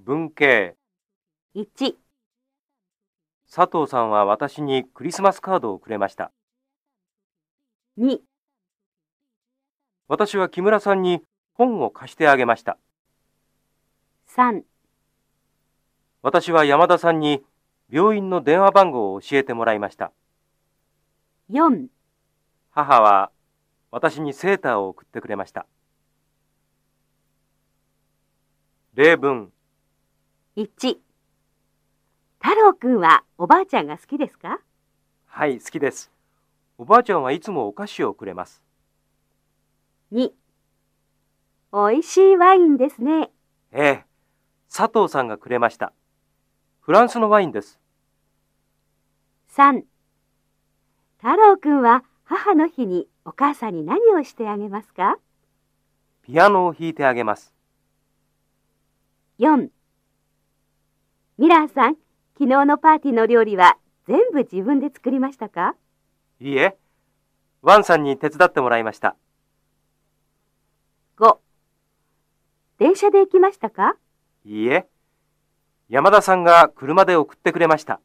文系1、佐藤さんは私にクリスマスカードをくれました2、私は木村さんに本を貸してあげました3、私は山田さんに病院の電話番号を教えてもらいました4、母は私にセーターを送ってくれました例文1。太郎くんはおばあちゃんが好きですかはい好きですおばあちゃんはいつもお菓子をくれます2。美味しいワインですね。ええ佐藤さんがくれましたフランスのワインです3。太郎くんは母の日にお母さんに何をしてあげますかピアノを弾いてあげます4ミラーさん、昨日のパーティーの料理は全部自分で作りましたかいいえワンさんに手伝ってもらいました5電車で行きましたかいいえ山田さんが車で送ってくれました